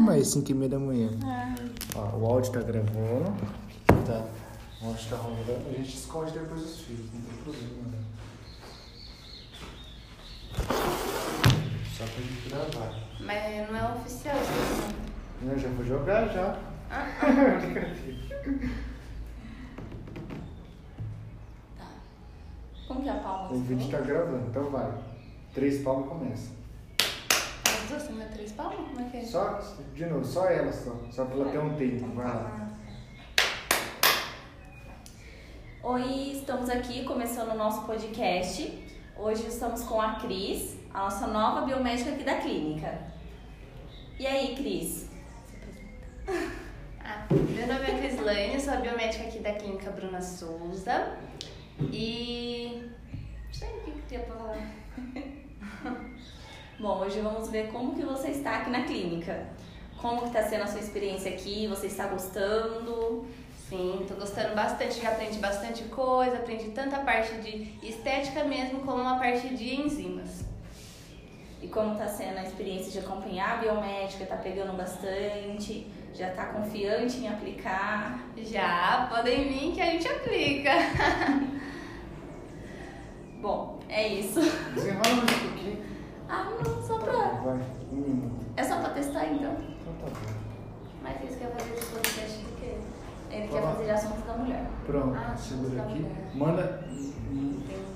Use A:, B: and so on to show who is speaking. A: mais 5 e meia da manhã.
B: É.
A: Ó, o áudio tá gravando. Tá. O áudio tá rolando. A gente esconde depois os filhos, não tem problema. né? Só pra gente gravar.
B: Mas não é oficial, assim. isso não.
A: Eu já vou jogar já.
B: Como que é a palma?
A: O vídeo tá gravando, então vai. Três palmas começa.
B: As duas são três palmas? Como é que é?
A: Só, de novo, só ela só. Só pra ela ter um tempo, vai lá.
B: Ah,
C: Oi, estamos aqui começando o nosso podcast. Hoje estamos com a Cris, a nossa nova biomédica aqui da clínica. E aí, Cris?
B: Ah, meu nome é Crislane, sou a biomédica aqui da clínica Bruna Souza. E. Não sei o que que tinha pra falar.
C: Bom, hoje vamos ver como que você está aqui na clínica. Como que está sendo a sua experiência aqui? Você está gostando?
B: Sim, tô gostando bastante, já aprendi bastante coisa, aprendi tanto a parte de estética mesmo, como a parte de enzimas.
C: E como está sendo a experiência de acompanhar a biomédica? Tá pegando bastante? Já tá confiante em aplicar?
B: Já, podem vir que a gente aplica.
C: Bom, é isso.
A: Desenrola mais um pouquinho.
C: Ah, não, só
A: Tá
C: pra...
A: bom, vai. Um minuto.
C: É só pra testar então.
A: Então tá bom.
B: Mas eles querem fazer esse podcast do quê?
C: Ele quer fazer assuntos da mulher.
A: Pronto,
B: Ah,
A: segura
B: tá
A: aqui.
B: bom.
A: Manda.
B: Entendi.